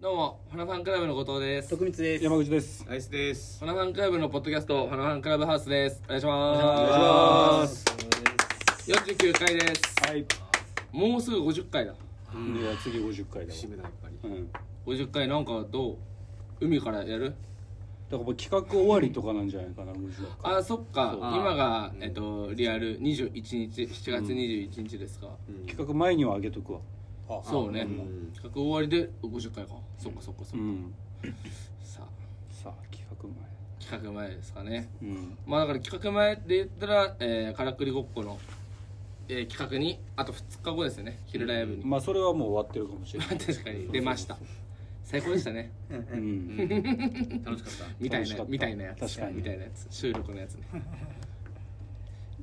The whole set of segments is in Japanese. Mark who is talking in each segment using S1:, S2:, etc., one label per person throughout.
S1: どうも、ファナファンクラブの後藤です。
S2: 徳光です。
S3: 山口です。
S4: ナイスです。
S1: ファナファンクラブのポッドキャスト、ファナファンクラブハウスです。お願いし
S4: お
S1: ま
S4: 願
S1: す。
S4: いします。
S1: 49回です。
S3: はい。い
S1: もうすぐ50回だ。
S3: や次50回だわ
S4: 節。目だやっぱり。
S3: うん。だか
S1: 50回なんかどう海からやる
S3: らもう企画終わりとかなんじゃないかな50回。
S1: あ、そっか。
S4: そう
S1: 今が、えっと、リアル21日、7月21日ですか。
S4: うん
S3: 企画前には上げとくわ。
S1: そうね
S4: ん。
S1: 企画終わりで50回か。そっかそっか
S3: う
S1: そっか。
S3: ん。
S1: さあ、
S3: さあ企画
S1: 企画前ですかね。
S3: 前。うん。
S1: まあだから企画前で言ったら、えー、からくりごっこの、えー企画に、あと2日後ですよね。昼ライブに。
S3: まあそれはもう終わってるかもしれない。
S1: 確かに出ました最高でしたね
S3: うん。
S4: 楽しかった。
S1: みたい
S3: 楽し
S1: な
S3: かった
S1: みたいなやつ
S3: 確かに
S1: みたいなやつ収録のやつね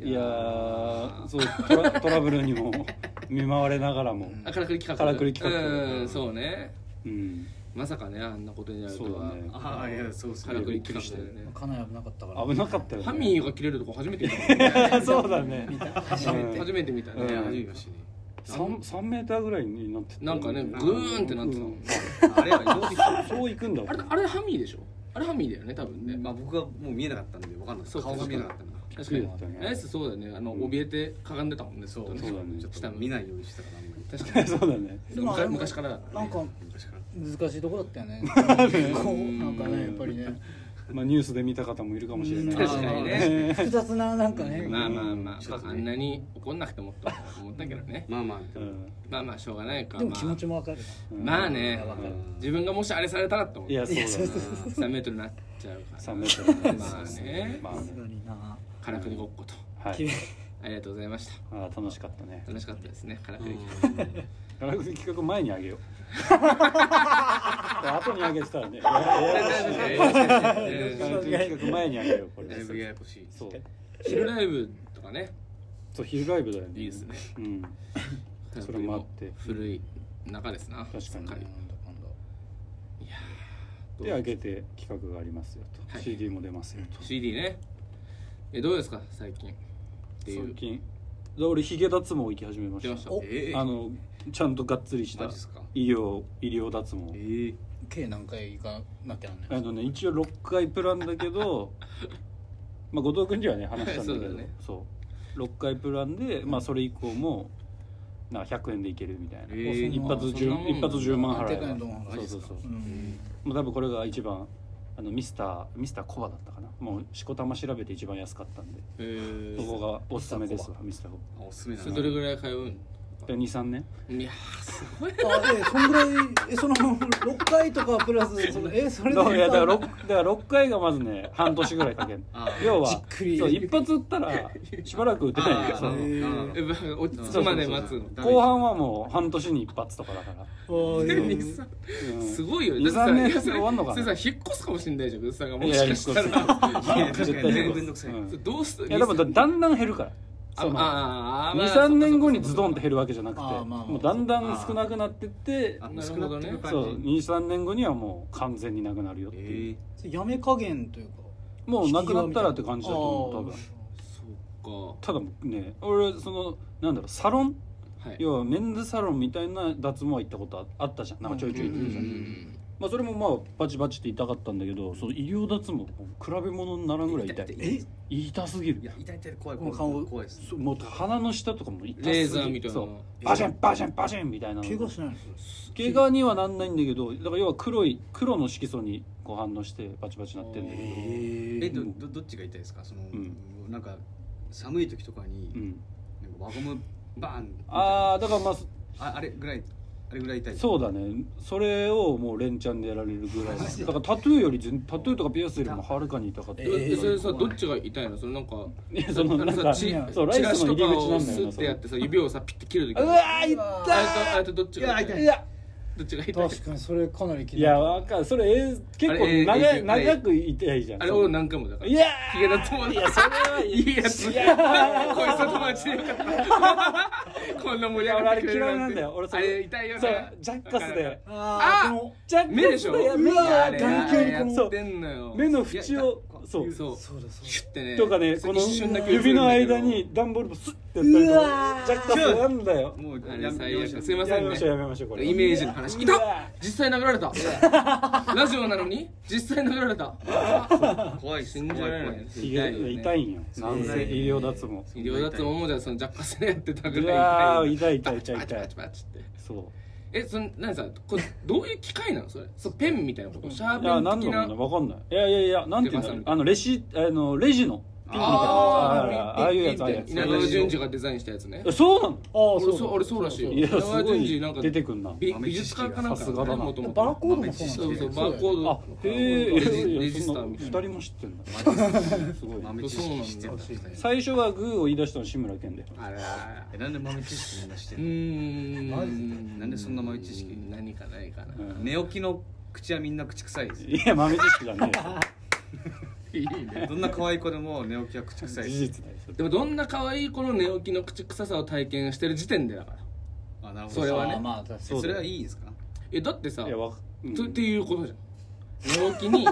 S3: いやーそうトラトラブルにも 見舞われながらも。
S1: あからくり企画
S3: からくり企画
S1: うんそうね
S3: うん。
S1: まさかねあんなことになるとは
S3: そうだね
S4: ああいやそうっす
S1: か
S4: ね
S1: らくり企画だよね
S2: かなり危なかったから。
S3: 危なかったよね。
S1: ハミーが切れるとこ初めて見たもんね
S3: そうだね。
S2: 初めて。
S1: 初めて見た
S4: ね
S1: ね
S4: 初めましてね
S3: 三三メーターぐらいになってた
S1: なんかねグーンってなってたもん
S4: あれは移動できた。
S3: そう行くんだ
S1: あれあれハミーでしょあれハミーだよね多分ね
S4: まあ僕はもう見えなかったんでわかんない。
S1: そう
S4: 顔が見えなかったんで。
S1: 確かに
S3: びっくりだったね
S1: ナイスそうだよねあの怯えてかがんでたもんねずっと
S3: そうだね
S4: ちょっと見ないようにしてたからあんまり。
S1: 確か
S3: そうだね。
S1: に昔昔からだから
S2: なんか
S4: 昔から。
S2: 難しいとこだったよ ね。こうなんかねやっぱりね
S3: まあニュースで見た方もいるかもしれない。
S1: 確かにね
S2: 複雑ななんかね。
S1: まあまあま
S4: ち
S1: あ
S4: ょっとね
S1: あんなに怒んなくてもと思ったけどね
S4: まあまあ。
S3: うん。
S1: まあまあしょうがないか
S2: でも気持ち
S1: ま
S2: もわかるな。
S1: あ、
S3: うん
S1: まあね
S2: わかる
S1: 自分がもしあれされたらって思っ
S3: い
S1: て
S3: やそうだね。
S1: 3メートルになっちゃうから
S3: 3メートルね
S1: まあね
S3: まあ
S2: すご
S3: ね
S2: いな。
S1: からくりごっこと
S3: はい
S1: ありがとうございました
S3: あー楽しかったね
S1: 楽しかったですねからくり
S3: ガラクリ企画前に あげよう後にあげてたらねガラクリ企画前にあげようこれ
S4: だいぶややこしい。
S3: そう
S1: 昼ライブとかね
S3: そう昼ライブだよね
S1: いいですね
S3: うんそれもあって
S1: 古い中ですな
S3: 確かに
S1: すっり
S3: であげて企画がありますよ
S1: は
S3: と
S1: い
S3: CD も出ますよと
S1: CD ねえどうですか最近っていう
S3: 最近だ俺ヒゲ脱毛行き始めま
S1: 出まし
S3: した
S2: お
S4: ええ。
S3: あのちゃんとがっつりした
S4: マジっすか
S3: 医療医療脱毛
S4: ええ。
S2: 計何回行かなきゃなん
S3: あ
S2: ない。
S3: のね一応6回プランだけどまあ後藤君にはね話したんだ
S1: そ
S3: けど
S1: うだね
S3: そう6回プランで、まあ、それ以降もなんか100円でいけるみたいな、
S4: えー
S3: 一発
S1: そんなもん
S3: 10, 一発10万払え
S2: 100円
S3: ば
S2: ドン払え
S3: そ
S2: ば
S3: うそうそう、
S2: うん。
S3: もう多分これが一番あのミスターミスターコバだったかなもうしこたま調べて一番安かったんで
S1: えー
S3: そこがおすすめですわミスターコ
S4: あおすすめだ
S1: それ
S4: な。
S1: どれぐらい通うん
S3: バ23年
S1: いやーすごい
S2: あえそんぐらいえその六回とかプラスそのえそれ
S3: だ
S2: で
S3: からいやだから 6, だから六回がまずね半年ぐらいかける
S4: あー
S3: 要は
S2: じっくり
S3: そう一発打ったらしばらく打て
S4: あ
S3: ない
S4: ー
S3: よそう
S2: へー
S4: なるほど
S1: えば落ち着くまで待つの
S3: 後半はもう半年に一発とかだから、
S2: お
S1: え
S2: ー
S1: 水さん
S3: うん
S1: すごいよ
S3: 二三年で終わんのかな
S1: 水さ水さん引っ越すかもしれないじゃん水さんがもしかした
S3: いや
S1: ら
S3: 引
S4: いや確かにね
S3: 絶対
S4: めんどくさい
S3: うん
S1: どうする
S3: いやでもだ
S1: 水
S3: だんだん減るから
S1: さん
S3: その
S1: ああーまあ
S3: 23年後にズドンって減るわけじゃなくて
S2: あーまあまあ
S3: もうだんだん少なくなってって
S4: あ
S1: なる
S4: 少
S1: ほど
S4: なく
S1: ね
S4: なってる感じ。
S3: そう23年後にはもう完全になくなるよっていう、
S4: ええ。
S2: それやめ加減というか。
S3: もうなくなったらって感じだと思う多
S2: あ
S3: 分
S1: そ
S3: ただもうね俺そのなんだろうサロン
S1: っかはい
S3: 要はメンズサロンみたいな脱毛は行ったことああったじゃんなんかちょいちょい行ってるじゃん、
S1: うん
S3: まあ、それもまあバチバチって痛かったんだけどその医療脱毛も比べ物にならんぐらい痛い
S4: えい
S3: 痛すぎる
S4: や痛い痛い怖い
S2: もう
S4: 怖い
S2: 顔
S4: 怖いです。
S3: そうもう鼻の下とかも痛すぎる
S1: レーザーみたいな
S3: そうバシャンバシャンバシャンみたいなの
S2: 怪我しないのそれ
S3: 怪我にはなんないんだけどだから要は黒い黒の色素にこう反応してバチバチなってんだけど、
S4: えどどどっちが痛いですかその、
S3: ん
S4: なんか寒い時とかに、
S3: うん、
S4: なんか輪ゴムバーンみたいな
S3: ああだからまあ
S4: ああれぐらいあれぐらい痛い
S3: そうだねそれをもう連チャンでやられるぐらいだからタトゥーより全タトゥーとかピアスよりもはるかに痛かった、
S2: え
S1: え
S2: ー
S1: それさどっちが痛いのそれなんか
S3: いやそのなん
S1: あ
S3: か
S1: チ
S3: そうラ
S1: チ
S3: イ
S1: ラ
S3: ス
S1: シ
S3: の
S1: と
S3: 入
S1: か
S3: り口
S1: を
S3: なんだ
S1: ス
S3: よ
S1: ッ
S3: な
S1: てやってさ指をさピッて切るとき
S3: うわ
S1: あれ
S3: ー痛
S1: とあれとどっちが
S4: いや痛
S3: い
S4: い
S3: いや
S1: どっちが痛い
S2: 確かにそれかなり気
S3: い
S2: にな
S3: や
S2: る
S3: わかるそれえー結
S1: あれ
S3: 構長
S1: えー
S3: い長く痛いじゃん
S1: あれ俺何回もだから
S3: いやー
S1: ヒゲだと思う
S3: いやそれはい
S1: いやつ。こいつと友達でよかった。 こんな盛り
S3: いや
S1: 上
S3: 俺
S1: が
S3: あ
S1: って
S3: れ
S1: くれ
S3: 嫌
S1: るな
S3: いなんん
S1: て。
S3: だよ俺そ
S1: あ
S3: れ
S1: れ痛いよ
S3: そ
S1: ね
S3: う。ジャッカスで
S2: あー
S1: あ
S2: この
S3: ジャッカスで
S1: 目でしょ
S3: やる
S2: うわ
S1: あれ
S2: 眼球にこう
S1: やってんのよ。
S3: 目の縁を
S4: いや
S3: そう
S1: そう
S2: そうだそう
S1: シュッてね
S3: とかね
S1: そ
S3: こ
S1: れ
S3: の
S1: 一瞬だけ映る
S3: 指
S1: んだ
S3: の
S1: けど
S3: 間に段ボールをスッてやったりと
S2: う
S3: か若
S2: わー
S3: 干なんだよ
S4: もう
S1: あ
S4: や
S1: れ
S4: め
S1: 最
S4: やめましょ
S1: 悪
S4: う
S1: すいませ
S3: や
S1: ん
S3: めま
S1: ね
S3: しょうやめましょうこれ
S1: イメージの話いうた
S3: わ
S1: 実際殴られ たラジオなのに実際殴られた
S4: 怖いっす
S1: 信じられない
S4: 怖い
S3: ひげ
S1: よね
S3: 痛いんよなんせ医療脱毛
S1: 医療脱 毛もじゃあその若干せやってたぐ
S3: う
S1: ら
S3: わ
S1: い
S3: ー
S1: 痛
S3: 痛い
S1: い
S3: 痛い痛い
S1: パチ
S3: 痛
S1: パ
S3: い
S1: チパチパチって
S3: そう
S1: えその何さこれどういう機械なのそれそうペンみたいなことシャー
S3: いや何
S1: ペン的
S3: の
S1: な
S3: ものわかんないいやいやいやなんていうんだろ
S1: 出
S3: う
S1: ました
S3: あのレシあのレジのピンみたいな
S1: あ
S3: あ
S1: ー
S3: あいうやつああいうやつ
S1: 稲川淳二がデザインしたやつね
S3: えそうなの
S2: あ
S1: 俺そう俺そうらしいよ
S3: いやす
S1: 稲川
S3: ご
S1: 淳二なん
S3: い
S1: か
S3: 出てくんな
S1: 美美術家かなんか
S3: さすがだな
S1: もともと
S2: バラコードもそう
S1: そ
S2: なんだ
S1: うそう
S2: ね
S1: バーコード
S3: あへえ
S1: レジレ
S3: いや
S1: ジス
S3: そ
S1: ター
S3: ん
S1: み
S3: な
S1: たい
S3: 二
S1: な
S3: 人も知ってんだすごい
S4: 豆知識してたんですね
S3: 最初はグーを言い出したの志村けんで
S1: あらー
S4: えなんで豆知識みんなして
S1: うー
S4: んの
S1: ん
S2: マジ
S4: なんでそんな豆知識
S1: 何かないかな
S3: うん
S4: 寝起きの口はみんな口臭いです
S3: いや豆知識じゃね
S1: いいね
S4: どんな可愛い子でも寝起きは口
S3: え
S4: 臭
S3: よ
S4: い
S3: 事
S4: です
S3: 実だよそれ
S1: でもどんな可愛い子の寝起きの口臭さを体験してる時点でだから
S4: あなるほ
S1: そ
S4: ど
S1: れはね
S2: あーまあ確か
S3: そ
S4: そう
S3: だよ
S4: れはいいですか
S1: えだってさ
S3: いやわかうん
S1: とっていうことじゃん寝起き に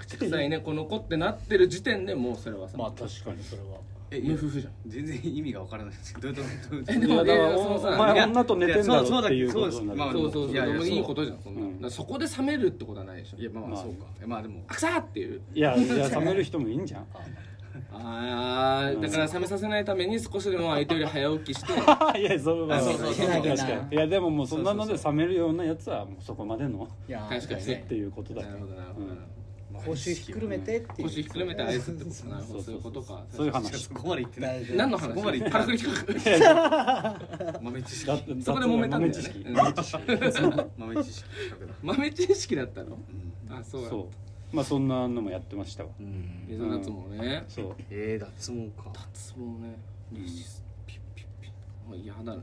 S1: 口臭いねこの子ってなってる時点でもうそれはさ
S2: にまあ確かにそれは
S4: え
S1: 無夫婦じゃん
S4: 全然意味がわからないですけどどういうことどういうこと
S1: えで
S3: い
S1: も
S3: やだから
S1: その
S3: お
S1: さ
S3: 前
S4: いや
S3: 女と寝てんだろっていう
S4: いやそうそうだけどそう
S3: ことになる
S4: ですまあ
S1: そうそうそう
S4: いやいや
S1: でもいい
S4: そう
S1: ことじゃんそんな、
S3: うん
S1: だからそこで冷めるってことはないでしょ
S4: いやまあまあ
S3: まあ
S4: そうかえまあでも
S1: あくさーっていう
S3: いやいや冷める人もいいんじゃん
S1: あーだから冷めさせないために少しでも相手より早起きして
S3: いやそれは
S4: あそうそうそう
S3: 確かにいやでももうそんなので
S4: そう
S3: 冷めるようなやつはもうそこまでの
S2: いやー
S1: 確かにね
S3: っていうことだ
S1: な
S3: よ
S1: るほどなるほどなるほ
S2: 腰ひっくるめてっていう
S1: 腰ひっくるめて愛すってことかなるほどそういうことか
S3: そういう
S4: いや
S3: 話
S4: そこまで言ってない
S2: 大丈夫
S1: 何の話
S4: そこまで言って
S1: カ
S4: な
S1: ラ
S4: い
S1: クリ企画
S4: 豆知識
S3: だって
S1: そこで揉めたんだよ
S3: 雑
S1: ね
S3: な豆知
S1: うん
S4: 豆知識比
S3: 識
S4: 較だ
S1: 豆知識だったの
S4: うん
S1: あそうだ
S3: そうまあそんなのもやってましたわ
S1: 映像脱毛ね
S3: そう
S4: えー脱毛か
S1: 脱毛ねリシスピッピッピッもう嫌だね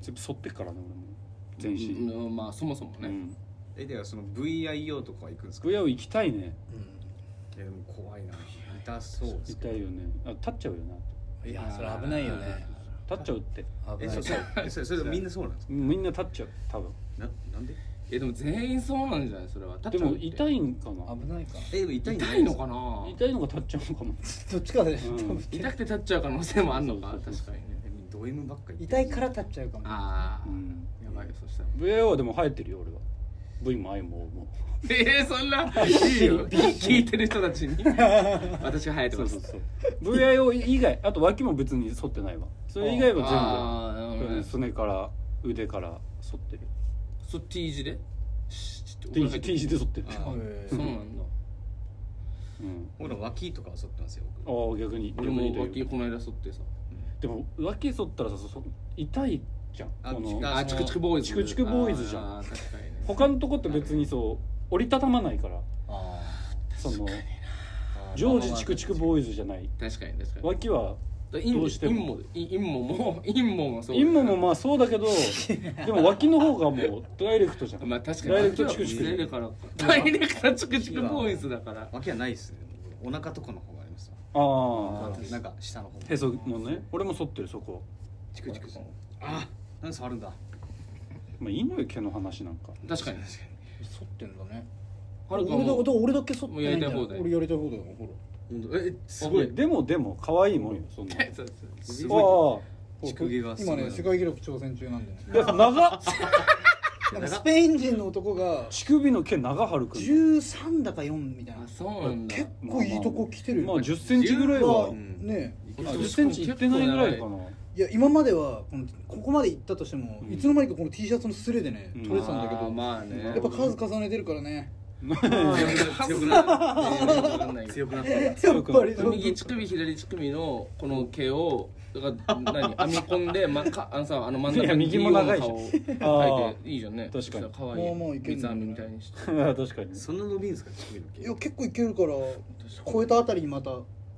S3: 全部剃ってっからね俺も全身
S1: うんまあそもそも
S3: う
S1: ね
S3: ん
S4: えではその VIO とかは行くんですか
S3: 机を行きたいね
S4: いやでも怖いな痛そうです
S3: 行き
S4: け
S3: た
S4: ど
S3: いよねあ立っちゃうよな
S2: うんいやそれ危ないよね
S3: 立っちゃうって
S2: 危
S4: え
S2: ない
S4: そうそうえ それそれみんなそうなんですか
S3: みんな立っちゃう多分
S4: ななんで
S1: えでも全員そうなんじゃないそれは
S3: でも痛
S1: い
S3: いんかな
S2: 危ないか
S4: えでも痛いんじゃ
S1: 痛
S4: ないです
S1: のかな
S3: 痛いのが立っちゃうのかも
S2: どっちかで
S3: うん
S2: 多分
S1: 痛くて立っちゃう可能性もあんのか
S3: そうそう
S1: 確
S3: そ
S1: かにね
S4: えド M ばっかり言って
S2: 痛いから立っちゃうかも
S1: ああ
S3: うん
S1: やばいよそしたら
S3: VIO はでも生えてるよ俺は V も I も O も
S1: えーそんないいよ 聞いてる人た ちに私が生えて
S3: そ
S1: ま
S3: うそう
S1: す
S3: そう VIO 以外あと脇も別に剃ってないわそれ以外は
S1: あーなるほ
S3: 全部
S1: ど
S3: う
S1: ね
S3: んすねから腕から剃ってる
S1: そっち T 字でシーッて
S3: T 字 T 字で剃ってる
S1: あー
S2: へー
S1: そうなんだ
S3: う
S4: ほ
S3: ん
S4: ら脇とかは剃ってますよ僕
S3: ああ逆に
S1: 俺も
S3: 逆にとい
S1: 脇
S3: うか
S1: この間剃ってさ
S3: でも脇剃ったらさそそ痛いじゃん
S4: あ
S3: この
S4: あ
S1: あチクチクボーイズ
S3: チクチクボーイズじゃん
S1: あー確かにね
S3: 他のとこって別にそう折りたたまないから
S2: あ
S3: その
S2: ー
S3: 常時チクチクボーイズじゃない
S1: 確かに確かに
S3: 脇は
S1: 陰
S3: どうしても
S1: 陰陰もも 陰ももそう
S3: 陰ももまあそうだけどでも脇の方がもうダイレクトじゃん
S1: まあ確かに
S3: ダイレクトチクチク
S1: ダイレクトダイレクトチクチクボーイズだから
S4: 脇はないですねお腹とかの方がありますわ
S3: ああ
S4: なんか下の方
S3: へそのね俺も剃ってるそこ
S4: チクチクするあなんで触るんだ
S3: まあいいのよ毛の話なんか
S1: 確かに
S2: 剃ってんだね
S1: は
S2: 俺
S1: るか
S2: だ
S1: も
S2: 俺だけ剃ってないんだよ
S1: もうやりたい放題
S2: 俺やりたい放題だよほら
S4: 本当えす
S3: いやでもでも可愛いもんよそんな
S1: そうそう
S4: すご
S3: あ
S4: 乳首がすご
S2: 今
S4: い
S2: ね世界記録挑戦中なんでね
S3: あいや長っ
S4: い
S2: な
S4: や
S2: んか
S4: 長
S2: ス
S4: っ
S2: ペイン人の男が
S3: 乳首の毛長はるくんだ
S2: 13だか4みたいな
S1: あそうなんだ
S2: 結構いいとこ来てる
S3: ま
S2: よ
S3: あ1 0ンチぐらいは
S2: う
S4: うん
S3: 1
S4: ん
S2: ね
S4: いけ
S1: まあ
S4: そう
S1: 10
S3: 0センチいってないぐらいかな
S2: えいや今まではこのここまで行ったとしても、
S3: うん
S2: いつの間にかこの T シャツのスレでね
S3: うん
S2: 取れてたんだけど、
S1: あーまあね
S2: やっぱ数重ねてるからね
S4: 強くな
S1: わかんないけど
S4: 強くなったんだ
S2: やっ
S3: っぱ
S2: ぱり
S3: り
S1: 右乳首左乳首のこの毛をだから何編み込んで、ま、かあのさあの真ん
S3: い
S1: 中
S3: や
S1: に
S3: 右も長いじゃん
S1: 顔を描いていいじゃんね
S3: あー確かに
S1: かわいい
S2: もうもういける
S1: 三つ編みみたいにして
S3: 確かに
S4: そんな伸びんすか乳首の毛
S2: いや結構いけるから超えたあたりにまた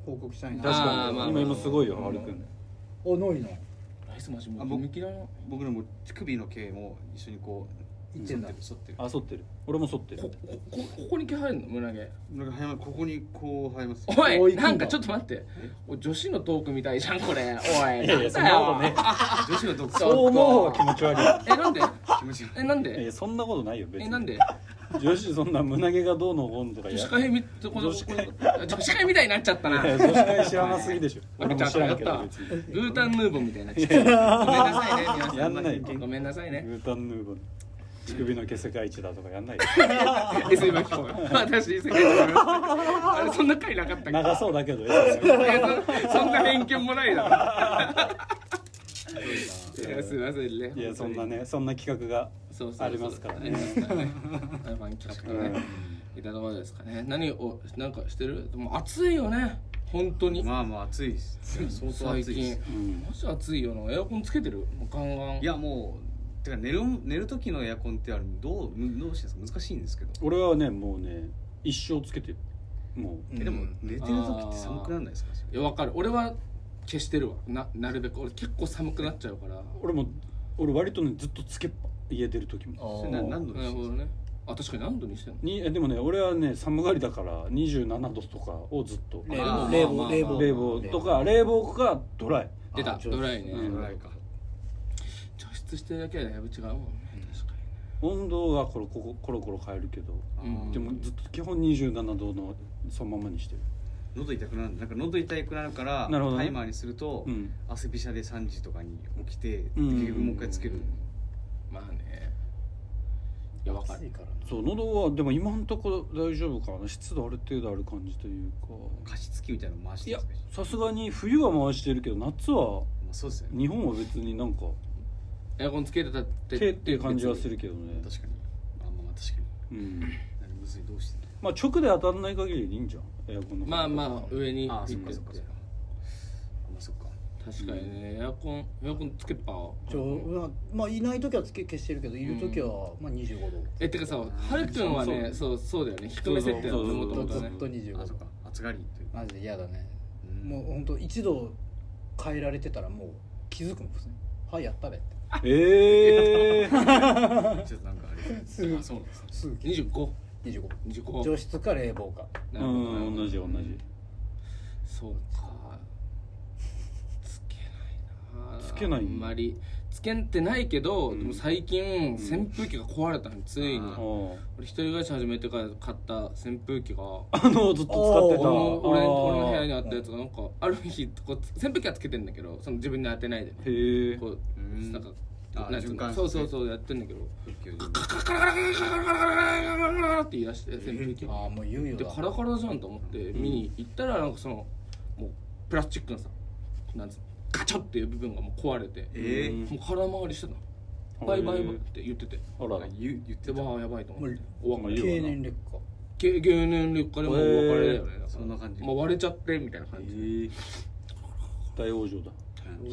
S2: 報告したいな
S3: 確
S1: あー
S3: か
S1: まあ
S3: に今今すごいよはるくん
S2: あないな
S1: ナイスマジ
S4: あ
S1: もう
S4: 僕
S1: 見切らな
S4: 僕のもう乳首の毛も一緒にこう
S2: いってんだ
S4: 剃ってる
S3: あ剃ってる俺も剃ってる
S1: こここここに毛生えるの胸毛
S4: なんか早まここにこう生えます
S1: おい
S3: おい行くんだ
S1: なんかちょっと待ってお女子のトークみたいじゃんこれおい
S3: いやいやそんなことね
S4: 女子の毒
S1: そ
S4: 素
S3: そう思う方が気持ち悪い
S1: えなんで
S4: 気持ちが
S1: えなん
S3: いやい
S1: で
S3: やそんなことないよ別に
S1: えなんで
S3: 女子そんな胸毛がどうのこうのとか
S1: 女
S3: や
S1: 子会みこの
S3: 女子会
S1: この女子会みたいになっちゃったない
S3: や女子会知らなすぎでしょ
S1: あ
S3: 俺も知らんけ
S1: わ
S3: ど
S1: かっ
S3: 別
S1: た
S3: に
S1: グータンヌーボーみたいになっちゃったごめんなさいね皆さん
S3: やんない
S1: ごめんなさいね
S3: グータンヌーボーの乳首の毛世界一だとかやんない
S1: SM 巻き込む私世界一だからあれそんな回なかったっけ
S3: 長そうだけど
S1: いやそそんな偏見もないだろいやすいませんね
S3: いやそんなねそんな企画が
S1: そうそうそう
S3: ありますから
S1: あ
S3: ね
S1: りますからねファン企画とねいたところですかね何をなんかしてるでも暑いよね本当に
S4: まあまあ暑いです相当
S1: 最
S4: 暑いです
S1: 近
S3: うん
S1: マジ暑いよなエアコンつけてるもうガンガン
S4: いやもうてか寝る寝る時のエアコンってあれどうどうしてるんですか難しいんですけど、
S3: 俺はねもうね一生つけてるもう
S4: えでも寝てる時って寒くならないですかそ
S1: いやわかる俺は消してるわななるべく俺結構寒くなっちゃうから
S3: 俺も俺割とねずっとつけっぱ家出る時も
S4: れそれな何度
S1: な
S4: で
S1: る
S4: す
S1: ほどねあ確かに何度にしてんの
S3: にえでもね俺はね寒がりだから27度とかをずっと
S2: 冷
S1: あ
S2: 房
S1: ー
S2: 冷
S1: まあまあ
S2: 房
S1: まあ
S2: 冷房
S3: 冷房とか冷房かドライ
S1: 出た
S2: あちょ
S1: ドライね、
S3: うん
S4: ぐらいか
S1: 除湿してるだけでだいぶ違うもんね確か
S3: 温度はコロコロコロコロ変えるけど
S4: あ
S1: うん
S4: ー
S3: でもずっと基本27度のそのままにしてる
S4: 喉痛くなるなんか喉痛くなるから
S3: なるほどね
S4: タイマーにすると、
S3: うん
S4: 汗びしゃで3時とかに起きて、
S3: うん
S4: 結局もう一回つける、
S1: にまあねいやわか
S2: 暑い
S1: る
S2: から
S3: そう喉はでも今んとこ大丈夫かな湿度ある程度ある感じというか
S4: 加湿器みたいなの回し
S3: い
S4: て
S3: や
S4: るんですか
S3: さすがに冬は回してるけど夏は
S4: まあ、そうですよね
S3: 日本は別になんか
S1: エアコンつけてたって
S3: 手っていう感じはするけどね、
S4: 確かにあまあまあ確かに
S3: うん、
S4: あれむずいどうして
S3: まあ直で当たらない限りでいいんじゃんエアコンの
S1: まあまあ上に
S4: あ
S1: 行
S4: あ
S1: って
S4: そ
S1: っ
S4: っかそっかそ
S1: て
S4: っかあまあそっか
S1: 確かにねエアコンエアコンつけっぱ
S2: じゃあまあいない時はつけ消してるけどいる時は、まあ25度
S1: えてかさはるくんはねそうそうだよね低め設定なの
S3: そう
S1: も
S3: そう
S1: ともと
S3: そう
S2: ず
S1: ね
S2: っと25
S4: あそっ
S2: 度
S4: か暑がりというか
S2: マジで嫌だね、
S4: うん
S2: もう本当一度変えられてたらもう気づくもんですねはいやったべって
S3: ええー、
S4: ちょっとなんかあれ
S2: すぐ
S4: あそうなんですね
S2: すぐ
S1: 25
S2: 25度
S1: 25
S2: 除湿か冷房か
S1: なるほどなる
S3: う
S1: ほ
S3: ん
S1: ど
S3: 同じ同じ
S1: そうかつけないな
S3: つけない
S1: あんまりつけてないけど、
S3: うん
S1: でも最近
S3: ん
S1: 扇風機が壊れたのついに、
S4: あー
S3: あー
S1: 俺一人暮らし始めてから買った扇風機が
S3: あのずっと使って
S1: 俺
S3: た
S1: の俺の俺の部屋に
S3: あ
S1: あったやつがなんかある日こう扇風機はつけてんだけどその自分で当てないでね
S3: ーへえ
S1: こう
S4: うん
S1: なんか
S4: あ
S1: なんつうの
S4: 循環
S1: そうそうそうやってんだけどって言い出して扇風機が
S2: ああもう言うよ
S1: でカラカラじゃんと思って見に行ったらなんかそのもうプラスチックのさなんつうのカチャっていう部分がもう壊れて
S4: え
S3: うん
S4: ー
S1: もう空回りしてたのバイバイバイって言ってて
S3: あら
S4: あ言う言っ
S1: で
S4: てた
S1: わあやばいと思って
S3: お
S1: お別れ
S3: 言うわ
S2: 経
S3: な
S2: 年劣化
S1: け芸年劣化でもうお別れだよね
S4: へー
S1: だから
S4: そんな感じ
S1: まあ割れちゃってみたいな
S4: え
S1: 感じ
S4: ー
S3: 大往生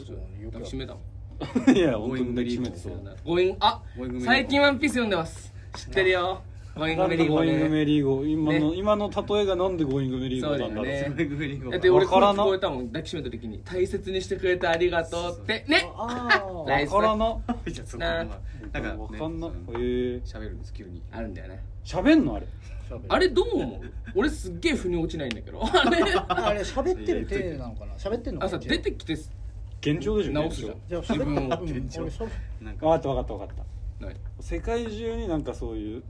S2: そうねよ
S1: 抱
S2: く
S1: きしめたもん
S3: だ いや本当に抱きしめて
S4: そ
S3: そ
S4: う
S3: う
S1: ゴインあ
S4: ゴイングメリーゴ
S1: 最近ワンピース読んでます知ってるよゴイン
S3: な
S1: グメ
S3: んで
S1: リーゴ
S3: ゴーイング
S1: ね
S3: メリーゴー今の
S1: ね
S3: 今の例えがなんでゴーイングメリーゴーなんだ
S1: そうだ
S3: ろ
S1: よ
S3: う
S1: ね
S4: ゴイングメリーゴ
S1: だって俺
S3: わから
S1: 声
S3: な
S1: 聞こえたもん抱きしめた時に大切にしてくれてありがとうってね
S2: ああ
S1: ライ
S3: わからな
S4: じゃあそこはまあなんか、ね、
S3: わかんな
S4: その
S3: へえ
S4: 喋るんです急に
S1: あるんだよね
S3: 喋んのあれ
S1: あれどう思う俺すっげえ腑に落ちないんだけどあ れ
S2: あれ喋ってる手なのかな喋ってんのか
S1: あ
S2: な
S1: さ出てきて
S3: 現状でしょ
S1: 直すじゃん
S2: じゃあ
S1: 自
S2: 喋
S1: 分
S2: っ
S1: を
S2: てる、うん、俺喋っ
S4: なん
S3: 分か
S4: か
S3: った分かった分かった
S1: 何
S3: 世界中になんかそういう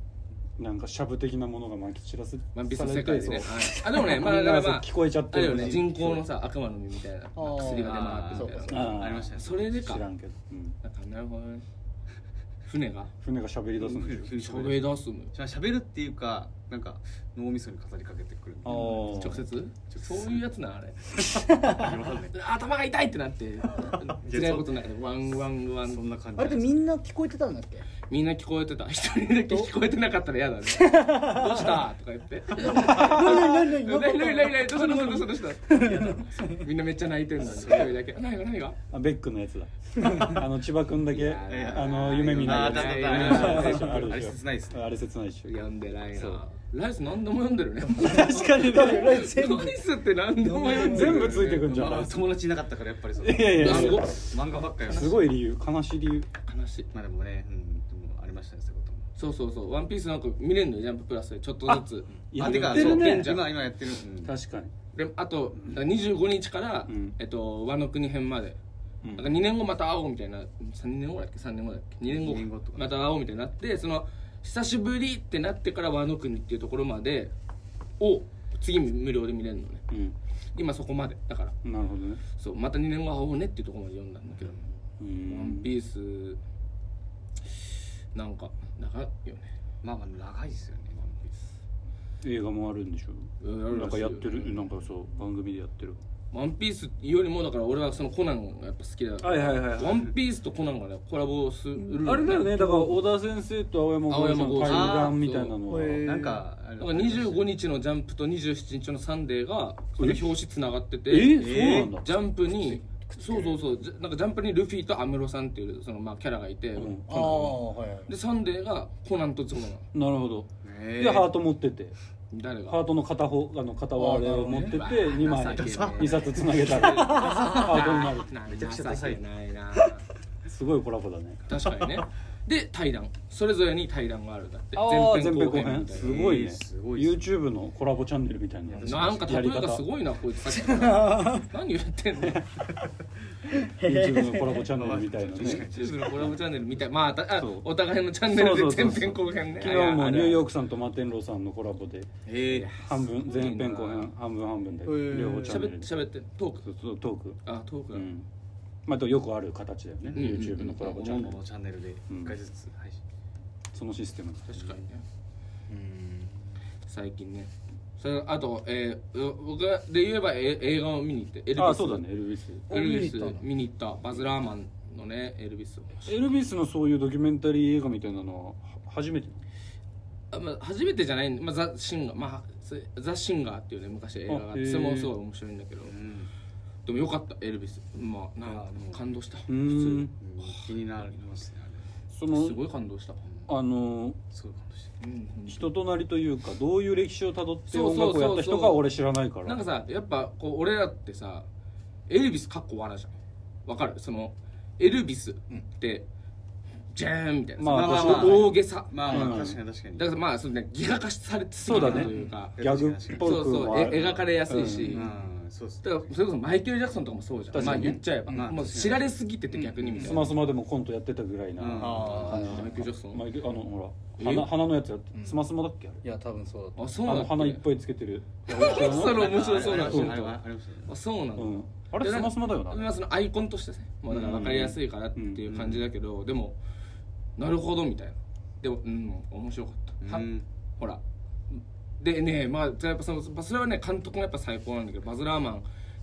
S3: なんかしゃぶ的なものがまき散らす
S1: ワンピースの世界ですね
S3: さ
S1: はいあでもね
S3: れて
S1: まあ
S3: みんな
S1: だか
S3: がそ
S1: ら
S3: う
S1: まあ
S3: 聞こえちゃって
S1: あれよ
S3: る
S1: ね人工のさ悪魔の実みたいな
S2: ー
S1: 薬が出回ってるみた
S2: そうか
S1: い
S2: そ
S1: な
S2: う
S3: あー
S4: ありましたね
S1: それで
S3: 知
S1: から
S3: んけど、うん、
S1: なんかなるほどね船が
S3: 船が喋り出すんでし
S4: 急に
S1: 喋
S4: 喋る
S1: り出すのよ
S4: しゃべるっていうかなんか脳みそに語りかけてくるみたいな
S3: ょ
S1: 直接そういうやつなあれ
S4: わかんない
S1: 頭が痛いってな って辛いことないワンワンワ
S4: そ
S1: ン
S4: んな感じ
S2: あれってみんな聞こえてたんだっけ
S1: みんな聞こえてた一人だけ聞こえてなかったら 嫌だねどうしたとか言って
S2: 何
S1: 何何何何どうしたどうしたどうしたどうした みんなめっちゃ泣いてるのに一人だけ何が何が
S3: あベックのやつ だあの千葉君だ
S1: い
S3: け
S1: やー
S3: あの夢見ない
S1: あー
S3: や
S1: あー
S3: つ
S4: あー
S3: ある
S4: あれ
S3: でしょ
S4: 切ないっすね
S3: あれ切ないでしょ
S1: 読んでない
S3: そう
S1: なライス何でも読んでるね
S3: 確かに
S2: ライ
S3: ね
S2: ス全部
S1: ライスって何でも読んでる
S3: 全部ついてくんじゃん
S4: まあ友達いなかったからやっぱりその
S3: いやいや
S1: すごい
S4: 漫画ばっかり
S3: すごい理由悲しい理由
S1: 話
S4: まあでもねうんでもありましたねそういうことも
S1: そうそうそう「ワンピースなんか見れんのよジャンププラスでちょっとずつ
S3: や
S4: あ
S3: ってて
S4: か
S3: るね
S4: そう今今やってる、うん
S3: 確かに
S1: であとだから25日から、
S3: うん
S1: えっと、和の国編まで、
S3: う
S1: な
S3: ん
S1: んか2年後また会おうみたいな3年後だっけ3年後だっけ2年後
S4: 二年後とか
S1: また会おうみたいになってその久しぶりってなってから和の国っていうところまでを次無料で見れるのね今そこまでだから
S3: うんなるほどね
S1: そうまた2年後会おうねっていうところまで読んだんだけど「
S3: う
S1: ワン
S3: ん
S1: ピースなんか長いよね
S4: まあまあ長いですよね
S1: 「ワンピース
S3: 映画もあるんでしょ
S1: うんある
S3: な
S1: ら
S3: ん
S1: し
S3: か
S1: いよ
S3: やってるなんかそう番組でやってる
S1: ワンピースよりもだから俺はそのコナンがやっぱ好きだから
S3: はいはいはいはい
S1: ワンピースとコナンがねコラボするの
S3: あれだよねだから小田先生と青山剛さんの
S1: 青山剛
S3: 対
S1: さ
S4: ん
S3: 談みたいなのは
S2: あーそう
S4: なんかあれ
S1: だから25日のジャンプと27日のサンデーがその表紙つながってて
S3: え
S1: ジ
S3: そうなんだ
S1: ャンプにそうそうそうじゃなんかジャンプにルフィとアムロさんっていうそのまあキャラがいて、
S3: ん
S2: ああはいはい
S1: でサンデーがコナンとゾノ
S3: なるほど
S4: え
S3: でハート持ってて
S1: 誰が
S3: ハートの片方あの片割れを持ってて
S1: あーなるほどね
S3: 2枚
S1: 情けねえ
S3: 2冊つなげ たらハートにな
S1: な
S3: る
S4: めちゃくちゃダサい
S1: ないな
S3: すごいコラボだね
S1: 確 かにねで対談それぞれに対談があるんだって
S3: あー前編後編
S1: みたいな
S3: すごいね
S4: えーすごいです
S3: YouTube のコラボチャンネルみたいな
S1: なんか例
S3: や
S1: え
S3: り方
S1: がすごいなこいつさっきから何言ってんの
S3: YouTube のコラボチャンネルみた いな
S4: 確
S3: ね
S1: YouTube のコラボチャンネルみたいまあたあ
S3: そう
S1: お互いのチャンネルで
S3: そうそうそ
S1: 全
S3: うそう
S1: 編後編ね
S3: 昨日もニュー
S1: ー
S3: ヨークさんとマーテンローさんのコラボで
S4: えー
S3: 半分
S1: すごいな
S3: 前編後編半分半分で
S2: へー
S3: 両方チャン
S1: 喋
S3: ネ
S1: っ
S3: ル
S1: て
S3: で
S1: 喋ってトーク
S3: そうそうトーク
S1: あトーク
S3: う
S1: だ、
S3: んまあでもよくある形だよね
S1: うんうんうん
S3: YouTube のコラボ
S4: 各
S3: チャン
S4: 々
S3: ネル
S4: のチャンネルで
S3: うん
S4: 一回ずつ配信
S3: そのシステム
S1: 確かにね
S4: うん
S1: 最近ねそれあと、えーう僕がで言えばえ映画を見に行ってエルビス
S3: あそうだねエルビス
S1: エルビス
S2: 見に行ったの
S1: 見に行ったバズ・ラーマンのねエルビスを
S3: エルビスのそういうドキュメンタリー映画みたいなのはは初めて
S1: あまあ、初めてじゃないんで、まあ、ザ・シンガー、まあ、それザ・シンガーっていうね昔映画があっ
S3: あへ
S1: て
S3: ー
S1: それもすごい面白いんだけど
S4: うん
S1: でもよかったエルビスまあなんか感動した普通
S3: うーん
S1: に
S4: 気になりますねあれ
S3: そ
S1: す
S3: の
S1: ごい感動した、
S3: あの
S4: すごいかもし
S1: うん
S3: 人となりというかどういう歴史をたどって
S1: そう
S3: 音
S1: そうそう
S3: 楽
S1: そう
S3: をやった人か俺知らないから
S1: なんかさやっぱこう俺らってさエルビスかっこわらじゃんわかるそのエルビスって、ジャーンみたいな、
S3: まあ
S1: その
S3: まあまあ
S1: 大げさ
S4: れないまあま
S3: う
S4: あ
S3: ん
S4: 確かに確かに
S1: だからまあその、ね、ギガ化されてすぎた
S3: そう
S1: と
S3: だね
S1: いうか
S3: ギャグっぽ
S1: そう
S3: く
S1: そう
S3: もあ
S1: え
S3: る
S1: 描かれやすいし、
S4: うんそうです
S1: だからそれこそマイケル・ジャクソンとかもそうじゃん、
S3: 確
S1: ま
S3: か
S1: あ
S3: にね
S1: 言っちゃえば、
S4: まあ
S1: もう知られすぎてて逆にみた
S3: ス
S1: いな、
S3: マスマでもコントやってたぐらいな、
S4: うん
S2: あ
S1: あマイケル・ジャクソン
S3: マイケルあのほ
S1: え
S3: ら鼻鼻のやつやって、
S2: うん
S3: スマスマだっけあれ
S2: いや多分そうだと思
S1: あそう
S3: あ
S1: なんだ
S3: の鼻いっぱいつけてるいや俺知らない
S1: それ面白そうな
S4: あ
S1: ん
S4: れ
S1: だ
S4: あれはありましたね
S1: あそうなんだ、
S3: うん、あれスマスマだよな
S1: まあ、そのアイコンとしてね、まあ、だから分かりやすいからっていう感じだけど、でもなるほどみたいなでもうん面白かった、は
S4: うん
S1: ほらでねまあやっぱそのまあそれはね監督がやっぱ最高なんだけどバズ・ラーマンっ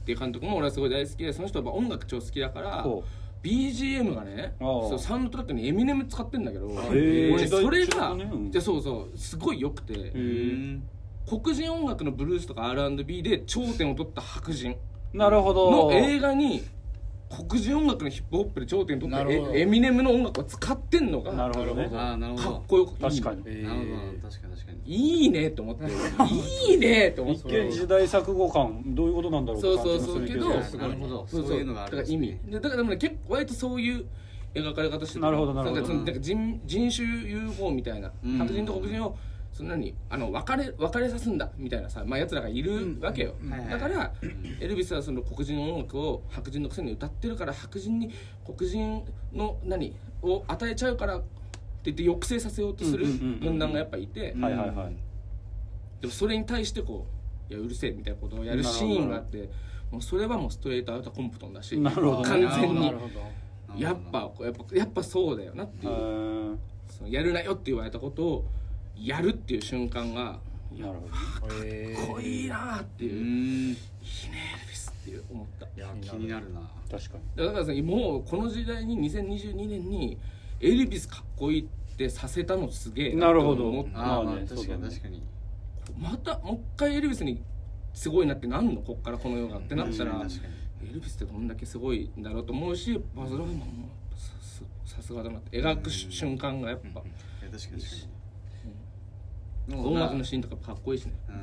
S1: ていう監督も俺はすごい大好きでその人はやっぱ音楽超好きだから
S3: そ
S1: BGM がね
S3: ああ
S1: そうサウンドトラックにエミネム使ってんだけど
S3: へえ
S1: 俺それ
S3: 時代時代
S1: が、
S3: のねうん
S1: じゃそうそうすごい良くて、
S3: へー
S1: 黒人音楽のブルースとか R&B で頂点を取った白人
S3: うなるほど
S1: の映画に黒人音楽のヒップホップで頂点取った
S2: なるほど
S1: エエミネムの音楽を使ってんのが
S3: なるほどね
S4: ああなる
S1: か
S4: ほ
S1: っこよく
S3: 確かに
S2: う
S4: どなるほどなるほど確かに確かに
S1: いいねと 思っていいねと思っ
S3: 一
S1: て
S3: 見時代錯誤感どういうことなんだろうって感じもするけど
S1: そうそうそうけど
S4: なるほどそういうのがあ
S1: だ
S4: るんで
S1: か
S4: す
S1: ら意
S4: ね
S1: 味でだからでもね結構割とそういう描かれ方してた
S3: なるほどなるほど
S1: んかそのなんか人人種融合みたいな、
S4: うん
S1: 白人と黒人をそんなにあの別れ別れさすんだみたいなさまあ奴らがいるわけよ、
S4: んはいはい
S1: だから、エルビスはその黒人の音楽を白人のくせに歌ってるから白人に黒人の何を与えちゃうからって言って抑制させようとする
S3: うんうんうんうん
S1: 軍団がやっぱいて、
S3: はいはいはい
S1: でもそれに対してこういやうるせえみたいなことをやるシーンがあってもうそれはもうストレートアウトコンプトンだし
S3: なるほど
S1: 完全に
S2: なるほど
S1: やっぱやっぱやっぱそうだよなって
S3: へ
S1: いう、
S3: ー
S1: そのやるなよって言われたことをやるっていう瞬間が
S3: なるほど
S2: へ
S1: かっこいいなって
S4: う
S1: いう、いいね
S4: んい
S1: エルビスっていう思っただか
S4: や気になるな
S3: 確かに
S1: らだからさもうこの時代に2022年にエルビスかっこいいってさせたのすげえ
S3: なるほ
S1: と
S3: ど
S1: 思った
S4: ああ
S3: ま
S4: ま
S3: あ
S4: あ
S3: ね
S4: 確か
S3: そう
S4: に
S3: だね
S4: 確かに
S1: またもう一回エルビスにすごいなってなんのこっからこの世がってなったら、
S4: 確かに確かに
S1: エルビスってどんだけすごいんだろうと思うしバズ・ラーマンもさすさすがだなって描くし瞬間がやっぱ
S4: いや確かに確かにもう
S1: 音楽
S4: な
S1: のシーンとかかっこいいしね
S4: うん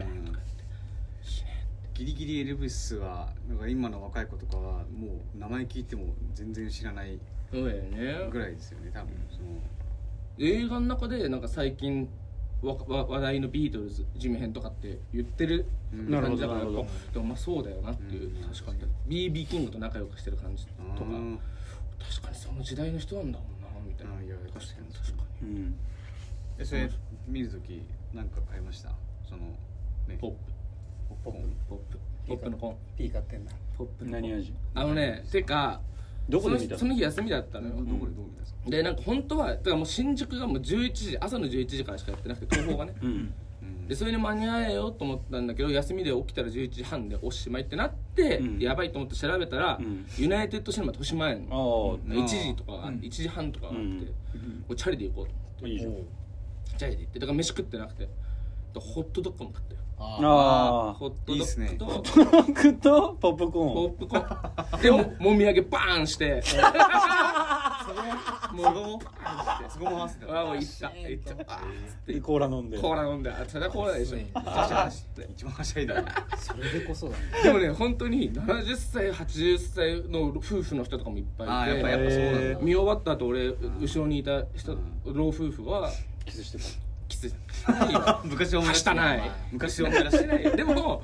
S4: ギリギリエルヴィスはなんか今の若い子とかはもう名前聞いても全然知らない
S1: そうだよね
S4: ぐらいですよね多分その
S1: 映画の中でなんか最近わわ話題のビートルズ地味編とかって言ってる
S4: うん
S3: なる
S1: 感
S3: ほ
S1: じ
S3: ど
S1: だから
S3: な
S1: や
S3: る
S1: っ
S3: ほ
S1: ぱ
S3: ど
S1: でもまあそうだよなっていう、
S4: うん
S1: 確かに BB キングと仲良くしてる感じとか
S4: あー
S1: 確かにその時代の人なんだもんなみたいな
S4: あいや確かに
S1: 確か
S3: うん
S4: えそれ見るときなんか買いましたそのね
S1: にポップ
S4: ポップコーン
S1: ポップポップのコーン
S2: ピー買ってんな
S1: ポップのコーン
S3: 何味
S1: あのねてか
S3: どこで見た
S1: その日その日休みだったのよ、
S4: どこでどう見たんですか
S1: でなんか本当はだからもう新宿がもう11時朝の11時からしかやってなくて東宝がね
S3: うん
S4: うん
S1: でそれに間に合えよと思ったんだけど休みで起きたら11時半でおしまいってなって、
S3: うん
S1: やばいと思って調べたら、
S3: うん
S1: ユナイテッドシネマ豊島園
S3: あ
S1: の
S3: あ
S1: 1時とか、
S2: うん
S1: 1時半とかがあって、
S3: うん
S1: もうチャリで行こうと思
S3: いいじゃん
S2: おう
S1: ってチャリで行ってだから飯食ってなくてだからホットドッグも食ったよ
S2: あ
S3: あ
S1: ホットド
S4: いいっす
S1: ッグ
S4: ね
S1: と
S3: あパンクとポップ
S1: ポッ
S3: コ
S1: プコーンでももみあげバーンして
S4: もうそこもそこも合わせて
S1: ああもういったいったあーっつっ
S3: ーンで
S1: て
S3: コーラ飲んで
S1: コーラ飲んであそれはコーラでしょ
S2: そう
S1: あーっつって
S4: 一番はしゃいだ
S2: あそれでこそだね
S1: でもね本当に70歳80歳の夫婦の人とかもいっぱいいて
S4: ああやっぱやっぱそうなんだ
S1: 見終わった後俺後ろにいた人老夫婦は
S3: キスしてた
S1: キスしたい よ
S4: 昔思い出
S1: はしたない
S4: 昔思い出してない
S1: でも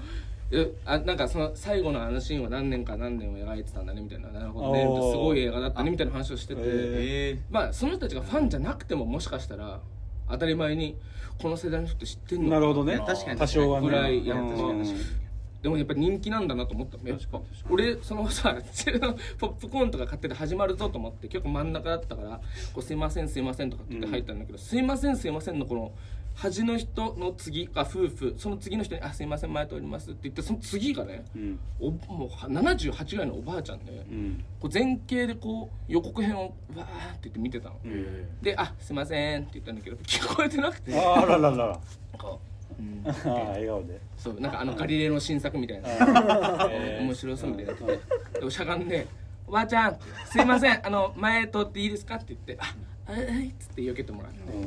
S1: えあなんかその最後のあのシーンは何年か何年を描いてたんだねみたいななるほどね
S3: おー
S1: すごい映画だったねみたいな話をしてて、
S3: へー
S4: え
S1: まあその人たちがファンじゃなくてももしかしたら当たり前にこの世代の人って知ってんの
S3: なるほど
S4: え
S3: ね
S4: いや確かに
S3: 多少はね
S1: ぐらいやっぱ
S4: 確かに確かに
S1: でもやっぱ人気なんだなと思ったやっ
S3: 確か
S1: ぱ
S3: に確かに
S1: 俺そのさ ポップコーンとか買ってて始まるぞと思って結構真ん中だったから「こうすいませんすいません」とかって言って入ったんだけど「すいませんすいません」のこの端の人の次が夫婦その次の人に「あすいません前通ります」って言ってその次がね
S3: うん
S1: おもうは78ぐらいのおばあちゃんで、
S3: うん
S1: こう前傾でこう予告編をわーって言って見てたの、
S3: うん
S1: で「あすいません」って言ったんだけど聞こえてなくてなんか
S3: あらららら
S1: うん
S3: あー笑顔で
S1: そうなんかあのガリレーの新作みたいな
S3: えー
S1: 面白そうみたいなででもしゃがんで「おばあちゃんすいませんあの前通っていいですか?」って言って「ああはい」っつって避けてもらって、
S3: う
S1: い
S3: ん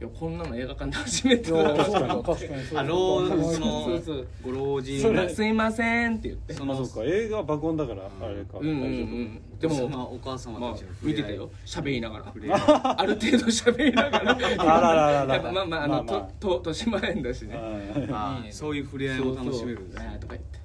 S1: やこんなの映画館で初めて
S2: あ
S1: だ
S2: ー
S1: な
S2: そうか確かにそうだ
S4: あ老
S1: そう
S4: そ
S1: そ
S4: の
S1: うそう
S4: ご老人
S3: そ
S1: 「
S3: れ
S1: すいません」って言って
S4: そ
S3: まあ
S4: の
S3: そうか映画は爆音だからあれか
S1: うんうんう
S3: 大丈夫
S1: んで
S4: でも
S1: も
S4: お母様
S1: まあ
S4: たちの触れ合い
S1: 見てたよ喋りながら
S4: 触れ合い
S1: ある程度喋りながら
S3: あらららら
S1: やっぱまあまああ
S3: ま
S1: の
S3: あまあ
S1: とと豊島園だしね
S3: あ
S4: あ
S2: いいね
S4: ーそういう触れ合いも楽しめるんで
S1: そう
S4: す
S1: そう
S4: ね
S1: ねとか言って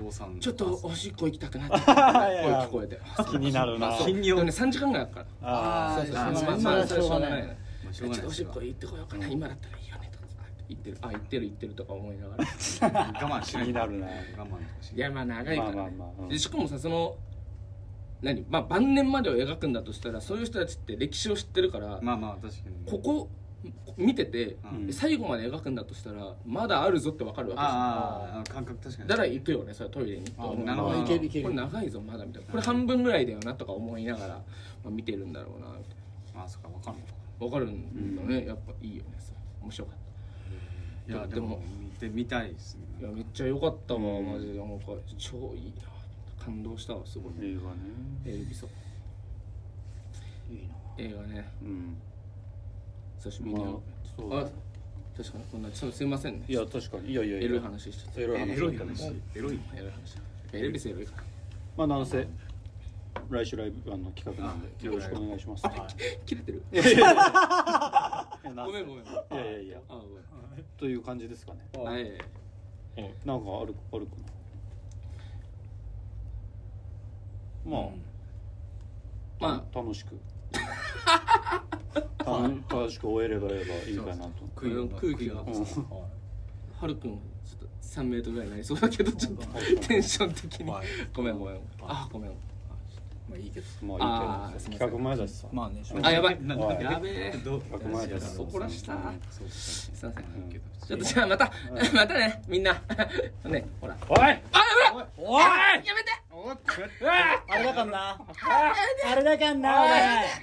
S4: お父さん
S1: ちょっとおしっこ行きたくなっちゃっ
S3: ーいやい
S1: 声
S3: や
S1: 聞こえて
S3: ー気になるな
S1: そう
S4: 金
S1: で
S4: 魚
S1: もね3時間ぐらいあるから
S3: あ
S2: あ
S1: そう
S2: ー
S1: そうまあ
S2: まあまあ
S1: まあ
S2: そ
S1: そ
S2: れ
S1: れ
S2: は
S1: は
S2: し
S1: し
S2: ょ
S1: ょ
S2: う
S1: うが
S2: がな
S1: ないい
S2: な
S1: なちょっとおしっこ行ってこようかな今だ
S4: まあしょうがないですよ
S1: ったらいいよねとか言ってるあ言ってる言ってるとか思いながらい
S4: 我慢しない
S3: 気になるな
S4: 我慢とかしない
S1: やまあ長いから、ね
S3: まあまあまあうん
S1: でしかもさその何まあ晩年までを描くんだとしたらそういう人たちって歴史を知ってるから、
S4: まあまあ確かに
S1: ここ見てて、
S4: うん
S1: で最後まで描くんだとしたらまだあるぞってわかるわけですよ
S4: あーあーあー感覚確かに
S1: だから行くよねそれトイレに
S2: あ
S1: 行って
S4: なるほど
S2: いけるいけ
S1: これ
S2: る
S1: 長いぞまだみたいなこれ半分ぐらいだよなとか思いながら、まあ、見てるんだろうなみたいな
S4: あそっかわかんない
S1: わかるんだね、やっぱいいよねそれ面白かっ
S4: いや
S1: で
S4: でも
S1: で
S4: 見てみたいですね
S1: たいやめっちゃ良かったわ、マジでなんか超いいな感動したわすごい、
S3: 映画ね
S1: エルビソ
S2: いいな
S1: 映画ね
S3: うん
S1: 久しぶりに、
S3: まあそうだ
S1: あ確かにこんなちょっとすいませんね
S3: いや確かにいやいやいや
S1: エロい話しちゃった
S3: エロい話
S4: エロい話エロい
S1: エロい話エルビスエロいから
S3: まあなんせ来週ライブあの企画なんでよろしくお願いします
S1: 切れてる
S3: ご
S1: ごめんごめん あ
S3: いやいやいや
S1: ごめ
S3: という感じですかね
S1: んはい
S3: なんかあるあるかなまあ、
S1: ま
S3: あ楽し くたの楽しく終えればればいいかなと
S1: 空気が空気が
S3: うん
S1: はるくんちょっと3メートルぐらいになりそうだけどちょっとテンション的に
S2: はい
S1: ごめんごめんあごめんあ
S2: まあいいけど
S3: まあい
S1: あ
S3: いけど
S1: ー
S3: さ企画前だしさ、
S2: まあねしょうが
S1: あ
S2: ない
S1: やばい
S4: な
S3: おい
S1: やべえ
S4: どう
S3: 100万円です
S1: 怒らした
S4: そう
S1: すいません
S3: うん
S1: ちょっとじゃあまた またねみんなねほら
S3: おい
S1: あやめろ
S2: おい
S1: あやめて
S2: あれだかんなあれだかんなおい
S1: やめてよ